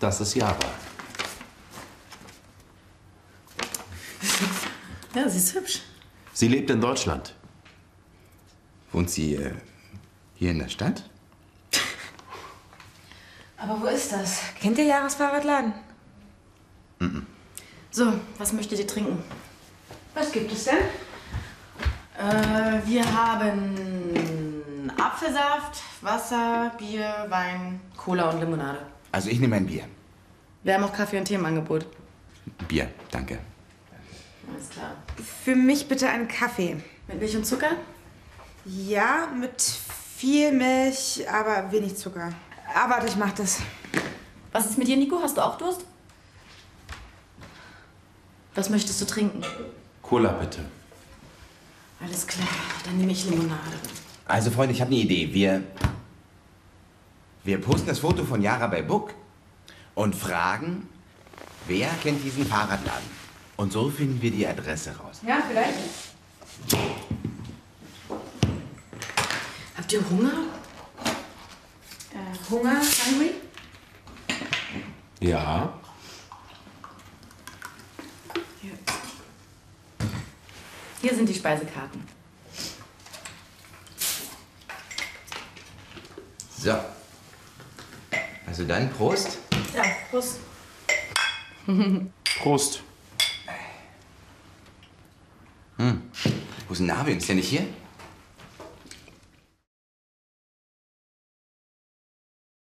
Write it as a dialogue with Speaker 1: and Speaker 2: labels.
Speaker 1: Das ist Java.
Speaker 2: Ja, sie ist hübsch.
Speaker 1: Sie lebt in Deutschland.
Speaker 3: Wohnt sie äh, hier in der Stadt?
Speaker 2: Aber wo ist das?
Speaker 4: Kennt ihr Jahresfahrradladen?
Speaker 2: So, was möchtet ihr trinken?
Speaker 4: Was gibt es denn?
Speaker 2: Äh, wir haben Apfelsaft, Wasser, Bier, Wein, Cola und Limonade.
Speaker 3: Also ich nehme ein Bier.
Speaker 2: Wir haben auch Kaffee und Tee im Angebot.
Speaker 3: Bier, danke.
Speaker 2: Alles klar.
Speaker 4: Für mich bitte einen Kaffee.
Speaker 2: Mit Milch und Zucker?
Speaker 4: Ja, mit viel Milch, aber wenig Zucker. Aber warte, ich mach das.
Speaker 2: Was ist mit dir, Nico? Hast du auch Durst? Was möchtest du trinken?
Speaker 1: Cola bitte.
Speaker 2: Alles klar, dann nehme ich Limonade.
Speaker 3: Also Freunde, ich habe eine Idee. Wir wir posten das Foto von Yara bei Book und fragen, wer kennt diesen Fahrradladen? Und so finden wir die Adresse raus.
Speaker 4: Ja, vielleicht.
Speaker 2: Habt ihr Hunger?
Speaker 4: Äh, Hunger, hungry?
Speaker 1: Ja.
Speaker 2: Hier sind die Speisekarten.
Speaker 3: So. Also dann Prost.
Speaker 2: Ja, Prost.
Speaker 1: Prost.
Speaker 3: Wo ist Navi? Ist der nicht hier?